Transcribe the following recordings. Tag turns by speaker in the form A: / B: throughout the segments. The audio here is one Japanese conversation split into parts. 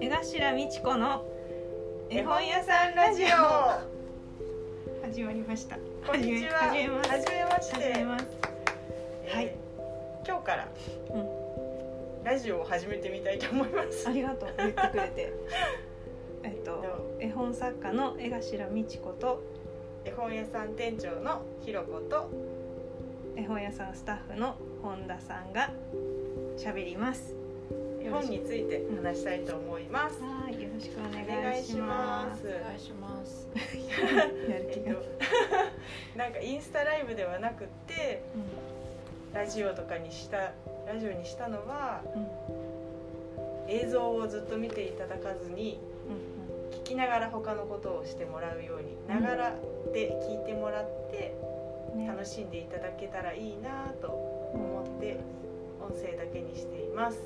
A: 頭美智子の絵本屋さんラジオ始まりました
B: こんにちは。
A: 始めます
B: 初めまし
A: 始め
B: て。
A: ますはい
B: えー。今日から、
A: う
B: ラジオを始めてみたいと思います
A: あ。りがとう言ってくれてえっ
B: えっ
A: と
B: と
A: 絵本作家の江頭美智子と
B: 絵本屋さん店長のひろこと、
A: 絵本屋さんスタッフの本田さんが喋ります
B: 絵本について話したいと思います。
A: はいよろしくお
B: お
A: 願
B: 願
A: い
B: い
A: し
B: し
A: ま
B: ますす。
C: お願いします。
A: やる
B: え
A: 気
B: っ
A: が、
B: と、なんかインスタライブではなくって、ラジオとかにした、ラジオにしたのは。
A: うんうん
B: 映像をずっと見ていただかずに、
A: うん
B: 聞きながら他のことをしてもらうように、ながらで聞いてもらって。
A: うんね
B: 楽しんでいただけたらいいなぁと思って音声だけにしています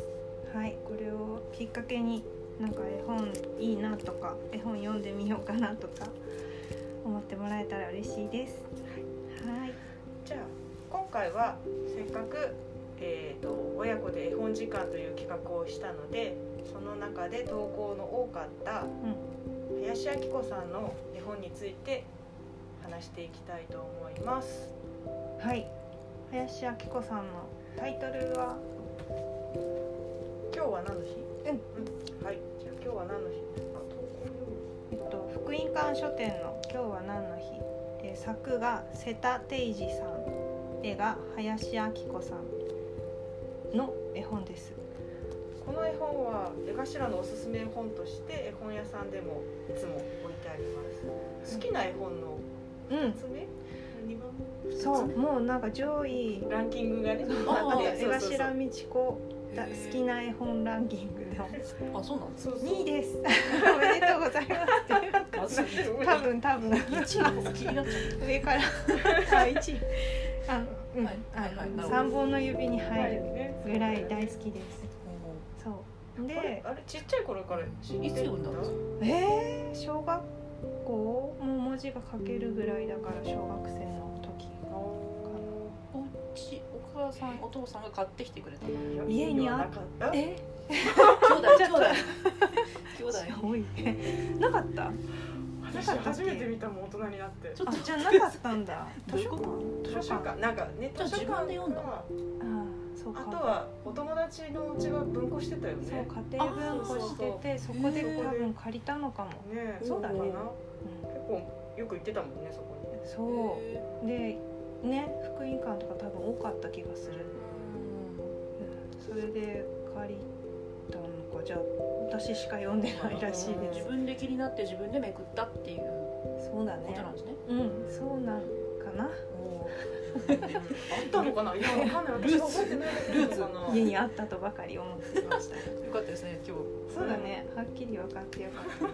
A: はい、これをきっかけになんか絵本いいなとか絵本読んでみようかなとか思ってもらえたら嬉しいです。はい、
B: じゃあ今回はせっかく、えーと親子で絵本時間という企画をしたのでその中で投稿の多かった林明子さんの絵本について話していきたいと思います
A: はい、林明子さんのタイトルは
B: 今日は何の日
A: うん
B: うん、はいじゃあ今日は何の日ですか投稿
A: えっと福音館書店の今日は何の日で作が瀬田定治さん、絵が林明子さんの絵本です。
B: この絵本は絵頭のおすすめ本として絵本屋さんでもいつも置いてあります好きな絵本の
A: うん
B: 2、つ目2番
A: そう、もうなんか上位
B: 目ランキングがね
C: あ
B: あっ
C: ー
B: て
A: 江
B: そうそうそう
A: 頭美智子だ
C: へー
A: 好きな絵本ランキングの
C: あ、そうなんです
B: そうそう
A: 2位です おめでとうございます
C: か。一
A: 多分多分
C: 位気になっちゃう。
A: 上からあ一位あのうん、
C: はいはいはい
A: あの三本の指に入るぐらい大好
B: き
A: きですそう
B: あれ
A: で
B: あれちっちゃい頃から知って
C: いつ読んだんですか。
A: えー、小学校もう文字が書けるぐらいだから小学生の時
C: お家、お母さん、お父さんが買ってきてくれた。兄
A: 家にあ
B: ったえ
A: え
C: 弟、 兄弟。兄弟。
A: すごいねなかった
B: 私初めて見たもん大人になって
C: ちょっ
A: あ
C: と
A: じゃあなかったんだ
C: どういうこと
B: 図書館なんかね
C: じゃあ
B: 図書
C: 自分
B: 館
C: で読んだ
B: か
A: あーそう
B: あ
A: か
B: とはお友達のうちは文庫してたよね
A: そう家庭文庫しててそこで多分借りたのかも、
B: ねえ
A: そうだね
B: かな結構よく行ってたもんねそこに
A: うん、そうでね福音館とか多分多かった気がする、うん、それで借りたのかじゃあ私しか読んでないらしいで
C: 自
A: す、
C: 分で気になって自分でめくったっていう
A: そうだ
C: こと
A: ね
C: なんですね。
A: うんそうなんかな
B: あったのかないやわかんない私が覚えてない
C: ルーツ
B: のかな
A: 家にあったとばかり思っていま した
C: よかったですね今日。
A: そうだねはっきり分かってよかっ
B: は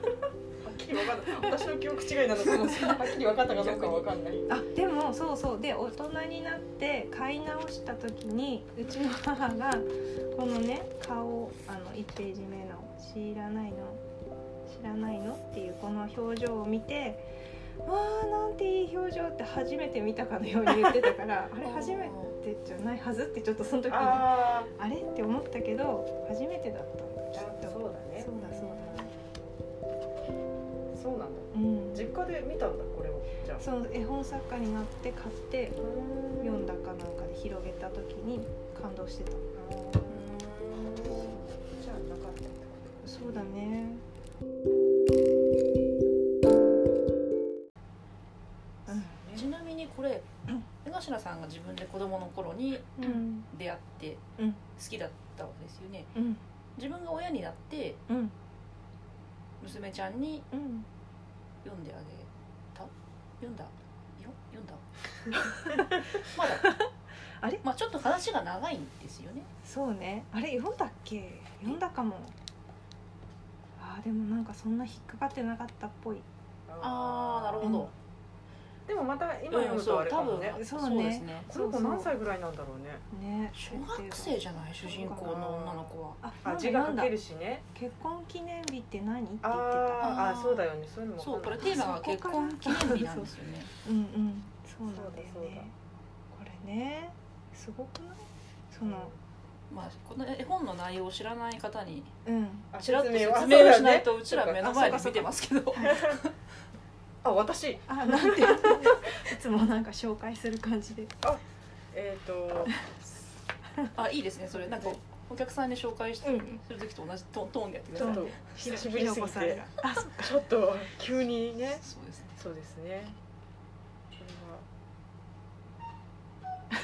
B: っきり分かんない私の記憶違いなのかもしれないはっきり分かったかどうかは分かんない
A: たあでもそうそうで大人になって買い直した時にうちの母がこのね顔あの1ページ目の「知らないの知らないの?」っていうこの表情を見て「わあなんていい表情」って初めて見たかのように言ってたから あれ初めてじゃないはずってちょっとその時にあ
B: あ
A: れって思ったけど初めてだったんだ
B: あ
A: きっと
B: そうだね
A: そうだそうだ
B: そうなんだ
A: うん
B: 実家で見たんだこれをじゃあ
A: その絵本作家になって買って
B: 読
A: 読んだかなんかで広げた時に感動してた
B: じゃあなかった
A: そうだね
C: ちなみにこれ 江頭さんが自分で子供の頃に
A: うん
C: 出会って
A: うん
C: 好きだったわけですよね。
A: うん
C: 自分が親になって
A: うん
C: 娘ちゃんに
A: うん
C: 読んであげた読んだよ読んだまだ
A: あれ
C: まあちょっと話が長いんですよね
A: そうねあれ読んだっけ読んだかもあーでもなんかそんな引っかかってなかったっぽい
C: ああなるほど、
B: でもまた今読むとあれかもね
A: そう
C: ですね
B: この子何歳ぐらいなんだろうね
A: ね
C: 小学生じゃない主人公の女の子は
A: あなん
B: あ
A: だ
B: 字が
A: なん
B: 書
A: だ
B: けるしね
A: 結婚記念日って何って言って
B: あ
A: た
B: ーあーそうだよねそういうのも
C: そうこ
B: 分か
C: れ
B: んない
C: テーマが結婚記念日なんですよね
A: うんうんそうなんだよ
B: そうだそうだ
A: ねこれねすごくないその
C: まあ、この絵本の内容を知らない方に
A: うん
B: あ
C: ちらっと説
B: は
C: 明をしない
B: そう
C: とうちら目の前で見てますけど
A: は
B: だねあ私
A: あなんていつもなんか紹介する感じで
B: え っ、と
C: あいいですねそれなんかお客さんに紹介しす
A: うん
C: る時と同じトーントーンでやってく
B: ち
C: だ
B: ょ
C: さ
B: っ
C: い
B: と久しぶりすぎ
A: ひろこ
B: て
A: さんがあそっ
B: ちょっと急にね
C: そうですね
B: そうですねこ
C: ハ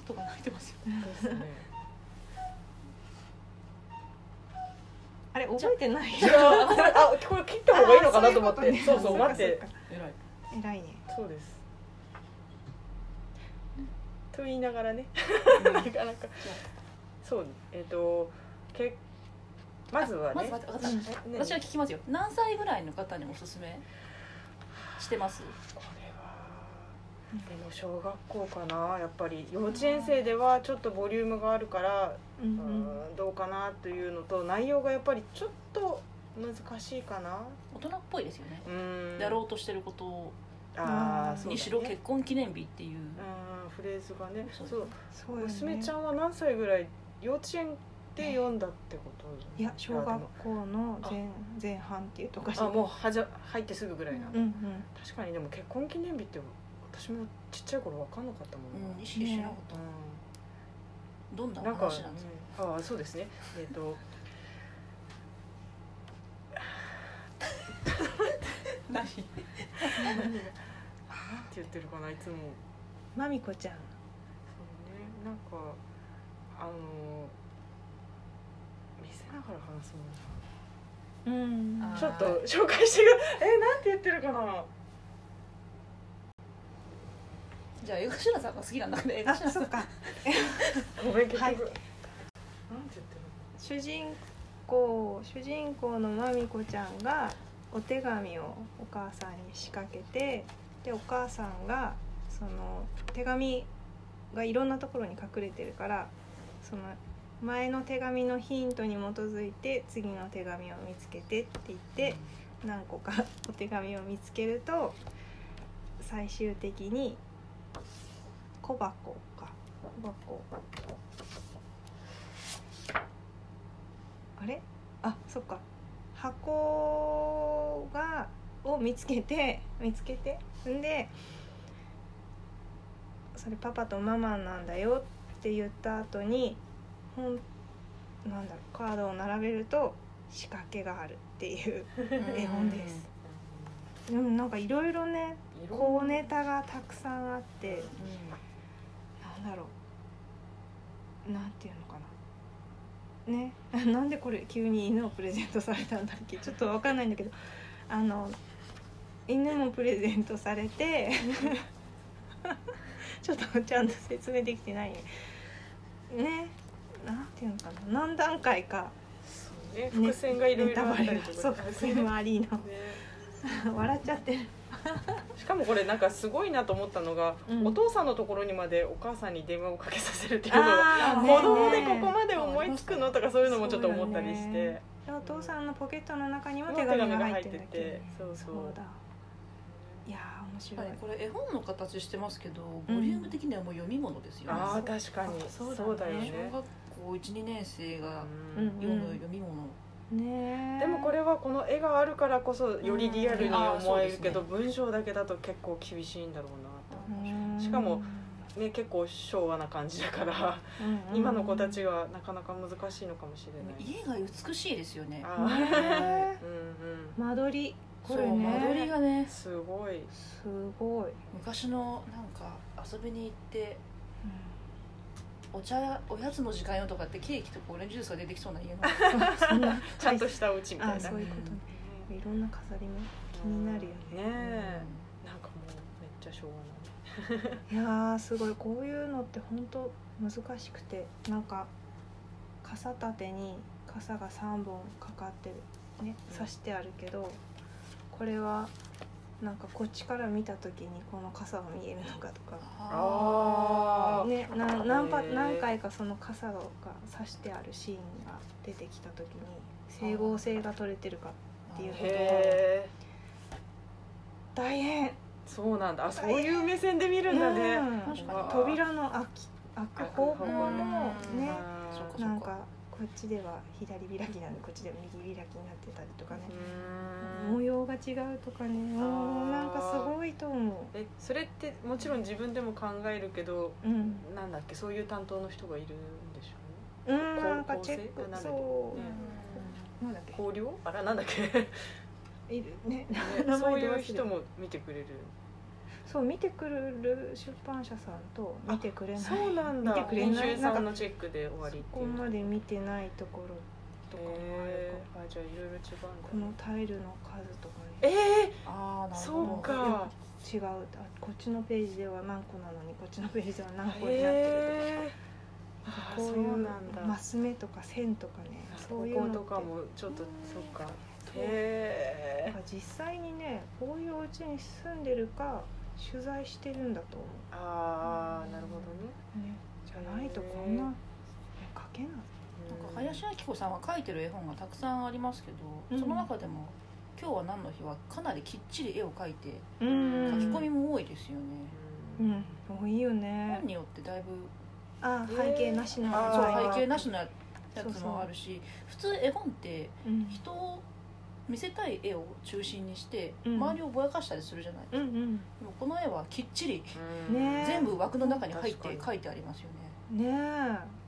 C: ートが泣いてますよ
B: れは ですね
A: あれ覚えてない
B: いやあこれ切った方がいいのかなと思って
A: あ
B: そう
A: い
B: そう
A: ことね
B: 待って
A: そっか
C: 偉い
A: そっか偉いね
B: そうですと言いながらねなかなかそうえっ、とけまずは
C: ま
B: ね
C: ず待って分かった
B: ね
C: 私は聞きますよ何歳ぐらいの方におすすめしてます
B: これはでも小学校かなやっぱり幼稚園生ではちょっとボリュームがあるから、
A: うん
B: う
A: うん
B: ん、どうかなというのと内容がやっぱりちょっと難しいかな
C: 大人っぽいですよね
B: うん
C: やろうとしてること
B: あ
A: う
B: あ
A: ん
B: そうだね
C: にしろ結婚記念日っていう
B: うんフレーズがね
C: そ
B: そうう
A: そうよね
B: 娘ちゃんは何歳ぐらい幼稚園で読んだってこと
A: いや小
B: あ
A: 学
B: でも
A: 校の前前半っていうとおかしい
B: あもうはじゃ入ってすぐぐらいな、
A: うんうん
B: 確かにでも結婚記念日って私もちっちゃい頃分かんなかったもんな、
C: うん意識しなかった
B: うん
C: どんな
B: なんか
C: 話なんですか
B: ああそうですね。えっ、と何が
C: 何
B: なんて言ってるかないつも。
A: まみこちゃん
B: そうねなんかあの見せながら話すもんな。
A: うん
C: あー
B: ちょっと紹介してがえなんて言ってるかな。
C: じゃあ江頭さんが好きなんだね江
A: あ
C: 頭さ
A: そ
C: ん
A: っか
B: ごめん結局。
A: はい
B: なんて言ってる
A: 主人公主人公のまみこちゃんがお手紙をお母さんに仕掛けてでお母さんがその手紙がいろんなところに隠れてるからその前の手紙のヒントに基づいて次の手紙を見つけてって言って何個かお手紙を見つけると最終的に小箱か小箱あれあそっか箱がを見つけて 見つけてんでそれパパとママなんだよって言った後にほんなんだろうカードを並べると仕掛けがあるっていう絵本です。でもなんかいろいろね
B: うん
A: 小ネタがたくさんあって
C: う
A: なんだろうなんていうのかなね なんでこれ急に犬をプレゼントされたんだっけちょっとわかんないんだけどあの犬もプレゼントされて ちょっとちゃんと説明できてないねねなんていうのかな何段階か
B: そうね
A: ね
B: 伏線がいろいろあったり
A: ネタバ
B: と
A: レが
B: か。
A: そう伏線もありの
B: ね
A: 笑っちゃってる
B: しかもこれなんかすごいなと思ったのが、
A: うん
B: お父さんのところにまでお母さんに電話をかけさせるっていうのが
A: あー
C: ね
B: 子供でここまで思いつくのとかそういうのもちょっと思ったりし
A: そうだ
B: て
A: ねでお父さんのポケットの中にも
B: もう
A: 手
B: 手
A: 紙
B: 紙
A: が
B: が
A: 入
B: 入
A: っ
B: ってて
A: る
B: て
A: だけね
B: そうそう
A: そうだいやー面白い
C: ん、これ絵本の形してますけどボリューム的にはもう読み物ですよね、
B: ああ確かに
A: そ
B: そうう
A: だ
B: だ
A: ね
B: よね
C: 小学校12年生が
B: う
A: うん
B: ん
C: 読む読み物、
A: ねえ
B: でもこれはこの絵があるからこそよりリアルに思えるけど
C: う
B: 文章だけだと結構厳しいんだろうな
A: うん
B: しかもとね結構昭和な感じだから
A: うんうん
B: 今の子たちはなかなか難しいのかもしれない
C: 家が美しいですよね
B: あ
A: ね
B: あ
A: え
B: うんうん
A: 間取りこ
C: そう
A: れ
C: 間取り
A: ね
C: がね
B: すごい
A: すご い
C: 昔のなんか遊びに行ってお茶おやつの時間よとかってケーキとかオレンジジュースが出てきそうな家の
A: そんな
B: ちゃんとしたお家みた
A: あ
B: いな
A: そういうことね
B: うん
A: いろんな飾りも気になるよね
B: ねえなんかもうめっちゃ昭和なんだ
A: いやーすごいこういうのって本当難しくてなんか傘立てに傘が3本かかってるね
B: うん
A: 刺してあるけどこれはなんかこっちから見た時にこの傘が見えるのかとか
B: あー
A: ね、な何パ
B: へー
A: 何回かその傘が差してあるシーンが出てきた時に整合性が取れてるかっていうこと
B: へえ
A: 大変
B: そうなんだあそういう目線で見るんだね
A: うん
C: 確かに
B: うわ
A: 扉の開き開く方向
B: 開く方向
A: も
B: ね
A: こっちでは左開きなのにこっちでは右開きになってたりとかね、
B: う
A: 模
B: ん
A: 様が違うとかね
B: あー
A: もうなんかすごいと思
B: えそれってもちろん自分でも考えるけど
A: ううん、
B: なんだっけそういう担当の人がいるんでしょ
A: うん、
B: こう
A: なんかチェッ
B: 構成
A: ク
B: なんだっけ
A: そうう、
B: ね
A: なんだっ
B: うね香料あらなんだっけね
A: けいるね 名
B: そ
A: 前
B: う
A: 出
B: い
A: 忘
B: う
A: れ
B: 人も見てくれる
A: そう見てくれる出版社さんと見てくれない
B: そうなんだ
A: 見てくれない
B: 編集さんのチェックで終わ
A: そ
B: りって
A: こ
B: いう
A: まで見てないところとかもある
B: へ
A: か
B: ーあじゃあいろいろ違うんだ
A: らこのタイルの数とかね
B: ええ
C: ああなるほ
B: そう
C: ど
B: か
A: 違うあこっちのページでは何個なのにこっちのページでは何個になってるとか
B: へえあ
A: こ
B: そうう
A: いう
B: なんだ
A: マス目とか線とかねそういう
B: 高
A: のっ
B: 校
A: て
B: とかもちょっとそっか
A: そう
B: へ
A: だ
B: え
A: から実際にねこういうお家に住んでるか取材してるんだと思
B: ああなるほどね
A: う、ね、じゃないとこんな書けない
C: なんか林明子さんは書いてる絵本がたくさんありますけど、
A: うん
C: その中でも「今日は何の日」はかなりきっちり絵を描いて
A: う
C: 書
B: ん
C: き込み
A: も
C: も多いですよね、
A: うん多いよね
C: 本によってだいぶ
A: あ背景なしの
B: あ
C: そう
B: ー
C: 背景なしのやつもあるし普通絵本って
A: うん
C: 人を見せたい絵を中心にして
A: うん
C: 周りをぼやかしたりするじゃない、
A: うんうん
C: でもこの絵はきっちり
B: うん
A: ねえ
C: 全部枠の中に入っ
B: 確
C: て
B: かに
C: 書いてありますよね、
A: ねえ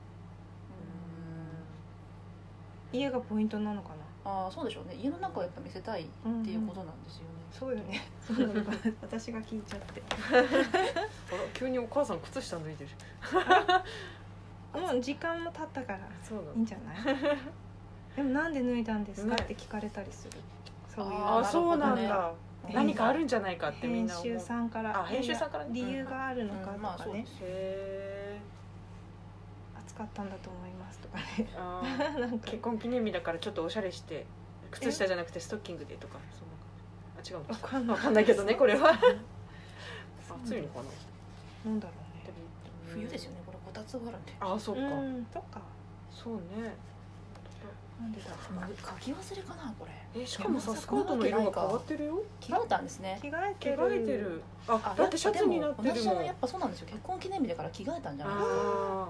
A: 家がポイントなのか
C: ああそうでしょうね家の中をやっぱ見せたいっ
A: な、んん
C: ていうことなんですよね、
A: そうよねそうな のかな私が聞いちゃって
B: あら急にお母さん靴下脱いでる
A: もう時間も経ったから
B: そうない
A: いんじゃない でもなんで脱いだんですかっ
B: ね
A: て聞かれたりするそういう
C: あ
B: あ
C: ー
B: そうなん
C: なる
B: だ
A: ね
B: 何かあるんじゃないかってみ
A: 編
B: んな思
A: 集
B: う
A: さんから
B: あ編集さんからね
A: 理由があるのか
C: うん
A: と
C: まあ
A: か
C: そう
A: ね
C: で、す
B: へ
A: 暑かったんだと思いますとかね
B: えあー
A: なんか
B: 結婚記念日だからちょっとおしゃれして靴下じゃなくてストッキングでとかそんな感じあ違うの
A: わかん
B: わかんないけどねこれは 暑いのかな
A: なんだろう
B: で
A: ね
B: も
C: 冬ですよねこれこたつがあるんで
B: あそっか
A: うんそっか
B: そうね
A: なんでだろう
C: 書き忘れかなこれ
B: えしかもさスカートの色が変わってるよ
C: 着替えたんですね
A: 着替えて
B: 着
A: る
B: 替えてるあだってシャツになって
C: で
B: る
C: も
B: も
C: 同じ
B: ん
C: やっぱそうなんですよ結婚記念日だから着替えたんじゃないですか
B: あー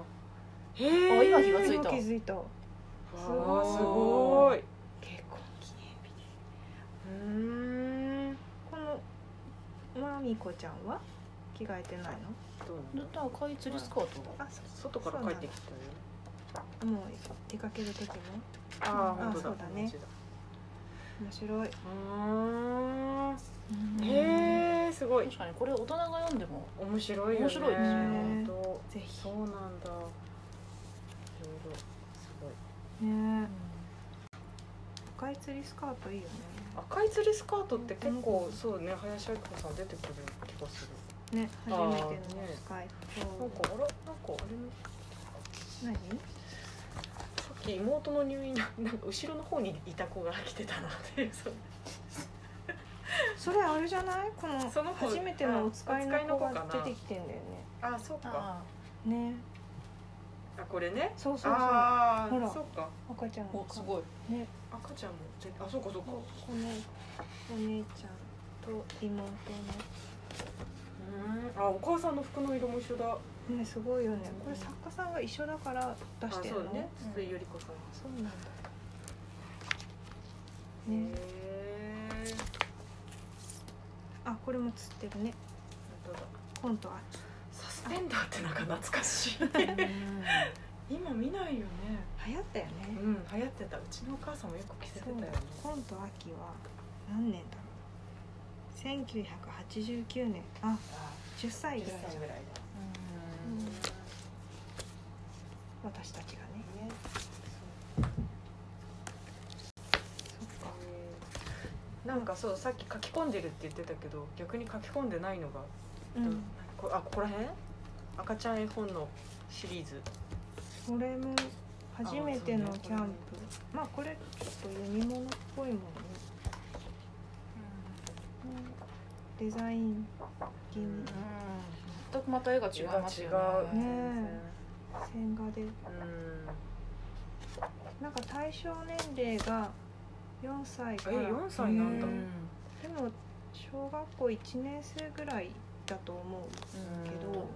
B: へ
C: あ
B: え
C: 今気がつい
A: 今
C: た
A: 気づいた
B: す
A: わー
B: すごい
A: 結婚記念日で
B: うん
A: このまみこちゃんは着替えてないの
B: どうなんだ
C: だったら赤い釣りスカート
A: あそ
B: 外から帰ってきたよ
A: うもう出かける時も
B: あ
A: あ
B: あ本当だ
A: そうだね
B: 同じだ
A: 面白い、
B: うーんへえすごい
C: 確かにこれ大人が読んでも
B: 面白いよね
C: 面白いです
A: ね
B: 本当
A: ぜひ
B: そうなんだいろいろすごい
A: ね赤い釣りスカートいいよね
B: 赤い釣りスカートって結構そうね林明子さん出てくる気がする
A: ね
B: あ
A: 初
B: ー
A: めての
B: ね
A: スカイ
B: なんかあらなんかあれも
A: 何
B: さっき妹の入院なんか後ろの方にいた子が来てたなっていうそう
A: それあれじゃないこの
B: その子
A: 初めてのお使いの子
B: お使い
A: が
B: の子か
A: 出
B: な
A: てきてんだよ
B: あそうか
C: あ
A: ねね
B: あこれね
A: そうそうそう
B: あ
A: ほら
B: あそうか
A: 赤ちゃん
C: あ
A: の
C: すごい
A: ね
B: 赤ちゃんも出てあそうかそうか
A: おお姉お姉ちゃんと妹
B: うんあお母さんの服の色も一緒だ
A: のねすごいよねこれ作家さんが一緒だから出してるの
B: あそうね
C: うん
B: 筒井ゆり子さん
A: そうなんだ
B: へ
A: ね
B: え
A: あこれも釣ってるね
B: 本当だ
A: 今度は
B: サスペンダーってなんか懐かしい今見ないよね
A: 流行ったよね、
B: うん流行ってたうちのお母さんもよく着せてたよね
A: コント秋は何年だろう1989年あ
B: あ
A: 10歳ぐらいじゃん
B: いだ
A: ん
B: ね
A: 私たちがねそっか
B: なんかそうさっき書き込んでるって言ってたけど逆に書き込んでないのが、
A: うん
B: こあここら辺赤ちゃん絵本のシリーズ
A: これも初めての
B: あそうね
A: キャンプまあこれちょっと読み物っぽいもんねデザイン気に
B: うん
C: 全くまた絵が違いますよ
A: 違う
C: ね
A: ね線画で
B: うん
A: なんか対象年齢が4歳から
B: え4歳なんだ
A: う
C: うん
A: でも小学校1年生ぐらいだと思う
B: う
A: け
B: ん
A: ど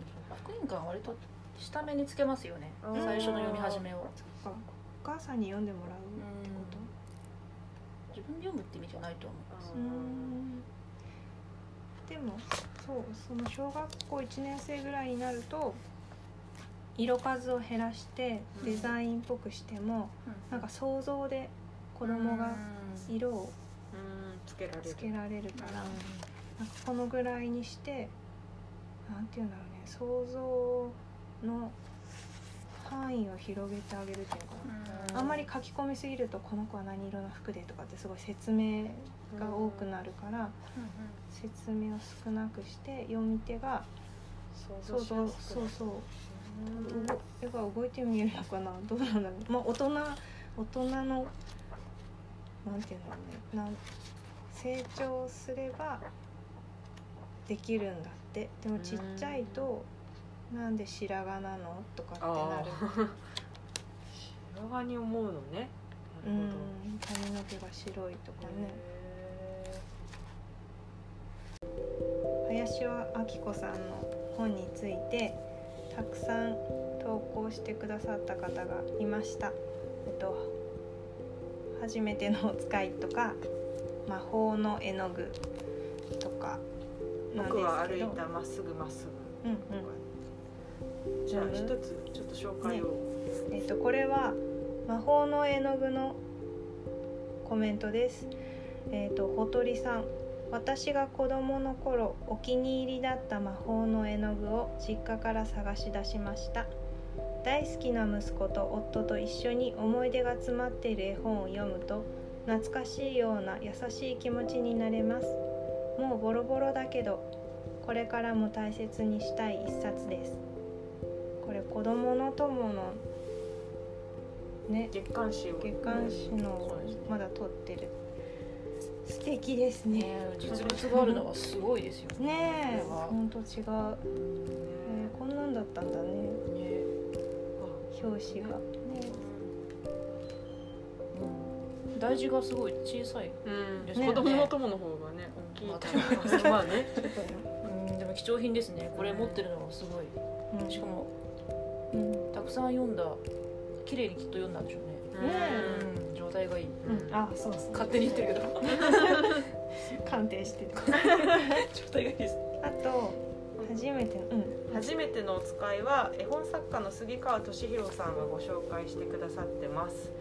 C: 福音館割と下目につけますよね
B: うん
C: 最初の読み始めを
A: そっか母さんに読んでもらうってこ
C: 自分で読むって意味じゃないと思
A: とうんでもそうその小学校1年生ぐらいになると色数を減らして
C: うん
A: デザインっぽくしても、
C: う、
A: なんか想像で子供が色を
B: うんつけられる
A: つけられるから、なんかこのぐらいにしてなんていうんだろうね想像の範囲を広げてあげるっていうのかな、あんまり書き込みすぎるとこの子は何色の服でとかってすごい説明が多くなるから説明を少なくして読み手が想
B: 想像し
A: 像
B: やすく
A: そ
B: な
A: う
B: る
A: そう
B: うん
A: 動絵が動いて見えるのかな どうなんだろうまあ大人大人のなんていうのねなん成長すればできるんだってでもちっちゃいとなんで白髪なのとかってな
B: あ
A: る
B: あ白髪に思うのね
A: う
B: なるほ
A: ん
B: ど、
A: 髪の毛が白いとかね
B: へ
A: 林は明子さんの本についてたくさん投稿してくださった方がいました。えっと初めてのお使いとか魔法の絵の具とか
B: ー
A: なん
B: 僕は
A: ですけ
B: 歩い
A: ど
B: たまっすぐまっす
A: うんうん
B: ぐ、じゃあ一つちょっと紹介を、
A: えっとこれは魔法の絵の具のコメントです。えっとほとりさん、私が子供の頃お気に入りだった魔法の絵の具を実家から探し出しました。大好きな息子と夫と一緒に思い出が詰まっている絵本を読むと懐かしいような優しい気持ちになれます。もうボロボロだけどこれからも大切にしたい一冊です。これ子供の友のね
B: 月刊誌を
A: 月刊誌の
B: そうですね
A: まだ撮ってる素敵ですね
C: 実物があるのはすごいですよ
A: ねえ
C: これは
A: ほんと違う、えーこんなんだったんだね
B: ねね
A: 表紙が、ね
C: 大事がすごい小さい、
B: うん、
C: ですね
B: 子供の友の方がね大きい からまあね
A: ちょっとね
C: うん、でも貴重品ですねこれ持ってるのはすごい
A: うん
C: しかも
A: うん
C: たくさん読んだ綺麗にきっと読んだんでしょうねうん状態がいい
A: うんあそうそう
C: 勝手に言ってるけど
A: 鑑定してる
C: 状態がいいです
A: あと初めてのうん
B: 初めてのお使いは絵本作家の杉川俊弘さんがご紹介してくださってます。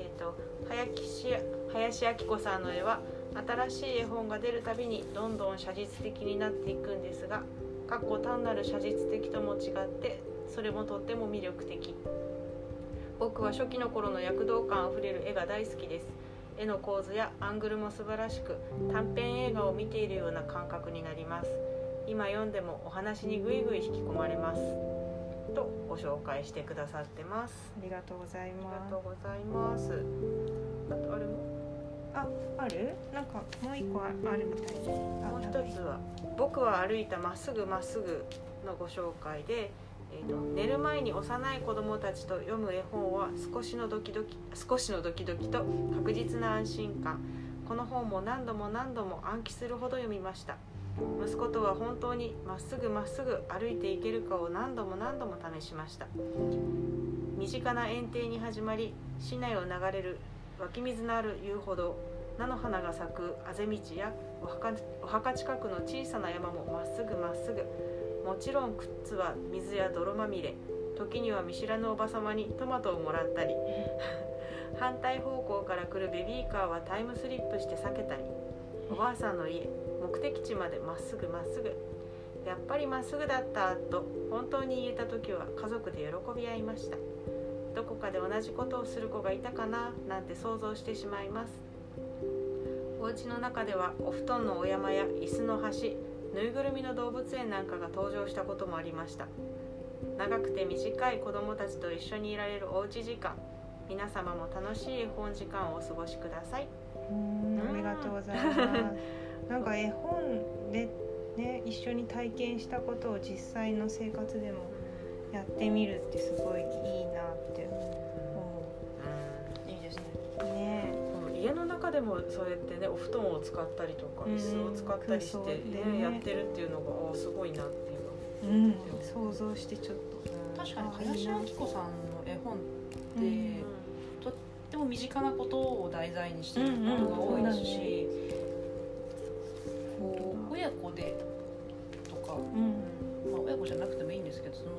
B: えー、と林林明子さんの絵は新しい絵本が出るたびにどんどん写実的になっていくんですがかっこ単なる写実的とも違ってそれもとっても魅力的僕は初期の頃の躍動感あふれる絵が大好きです絵の構図やアングルも素晴らしく短編映画を見ているような感覚になります今読んでもお話にぐいぐい引き込まれますとご紹介してくださってます
A: ありがとうござい
B: ありが
A: ま
B: とうございますあとあれも
A: すあるなんかもう一個ああるみたいですあ
B: もう一
A: なんか
B: つは「僕は歩いたまっすぐまっすぐ」のご紹介で、えーと寝る前に幼い子どもたちと読む絵本は少しのドキドキ少しのドキドキと確実な安心感この本も何度も何度も暗記するほど読みました息子とは本当にまっすぐまっすぐ歩いていけるかを何度も何度も試しました身近な園庭に始まり市内を流れる湧き水のある遊歩道菜の花が咲くあぜ道やお墓お墓近くの小さな山もまっすぐまっすぐもちろん靴は水や泥まみれ時には見知らぬおばさまにトマトをもらったり 反対方向から来るベビーカーはタイムスリップして避けたりおばあさんの家目的地までまっすぐまっすぐやっぱりまっすぐだったと本当に言えた時は家族で喜び合いましたどこかで同じことをする子がいたかななんて想像してしまいますお家の中ではお布団のお山や椅子の端ぬいぐるみの動物園なんかが登場したこともありました長くて短い子どもたちと一緒にいられるおうち時間皆様も楽しい絵本時間をお過ごしください、
A: うーんありがとうございます。なんか絵本でね一緒に体験したことを実際の生活でもやってみるってすごいいいなって思
C: いいですね
A: うね。
B: うん家の中でもそうやってねお布団を使ったりとか
A: うん
B: 椅子を使ったりして、
A: 空
B: ね
A: 想でね
B: やってるっていうのがあすごいなっていうの
A: うん、想像してちょっと。
C: 確かに
A: あいい
C: 林
A: な
C: 明子さんの絵本って、
A: うん
C: ととも身近なことを題材にしてるのが多いですし、こう親子でとか、
A: うん
C: まあ、親子じゃなくてもいいんですけどその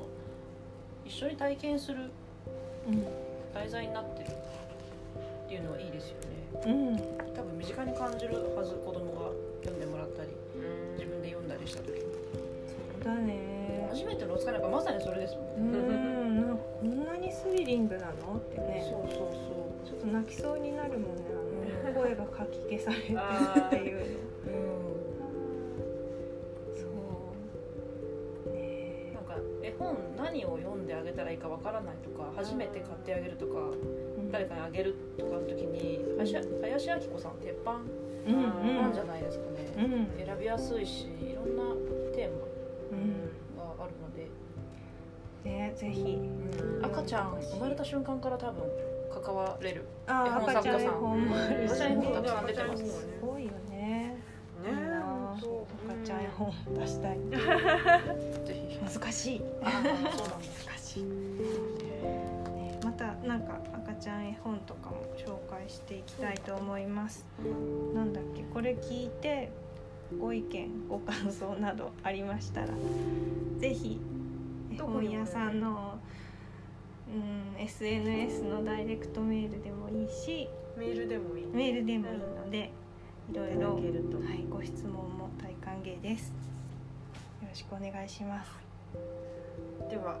C: 一緒に体験する題材になってるっていうのはいいですよね
A: うん
C: 多分身近に感じるはず子供が読んでもらったり自分で読んだりした時に
A: そうだね
C: 初めてのおつかなんかまさにそれですもんね、
A: うんなんかこんなにスリリングなのってね
C: そうそうそう
A: ちょっと泣きそうになるもんねあ
C: うん
A: の声がかき消され て
B: あー
A: っていうの
C: うん
A: そうね
C: なんか絵本何を読んであげたらいいかわからないとか初めて買ってあげるとか誰かにあげるとかの時に林林家木子さん鉄板
A: うんうん
C: なんじゃないですかね、
A: うん
C: 選びやすいしいろんなテー
A: うん
C: マがあるので、
A: ねぜひ
B: うん
C: 赤ちゃん生まれた瞬間から多分関われる
A: あ
C: 絵
A: ー
C: 本
A: 赤
C: 作
A: ちゃ
C: 家
A: ん絵
C: さん
A: 本もあるし
C: 赤ちゃん絵本たくさん出てます
A: すごいよね
B: ね
A: いいなあ赤ちゃん絵本出したい
C: ぜ ひ
A: 難しい
C: あーそうなんだ
A: 難しい、ね、またなんか赤ちゃん絵本とかも紹介していきたいと思いますなんだっけこれ聞いてご意見ご感想などありましたらぜひ絵
B: どこ
A: 本
B: にもね
A: 屋さんのうん、SNS のダイレクトメールでもいいし
B: メールでもいい
A: メールでもいいので、いろいろ、
B: いただけると
A: はい、ご質問も大歓迎です。よろしくお願いします。
B: では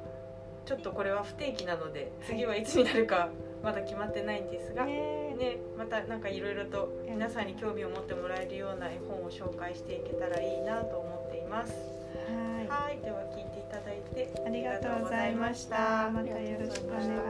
B: ちょっとこれは不定期なので次はいつになるかまだ決まってないんですが、
A: ね
B: ね、またなんかいろいろと皆さんに興味を持ってもらえるような絵本を紹介していけたらいいなと思っています。
A: は
B: はい、では聞いていただいて
A: い、ありがとうございました。またよろしくお願いします。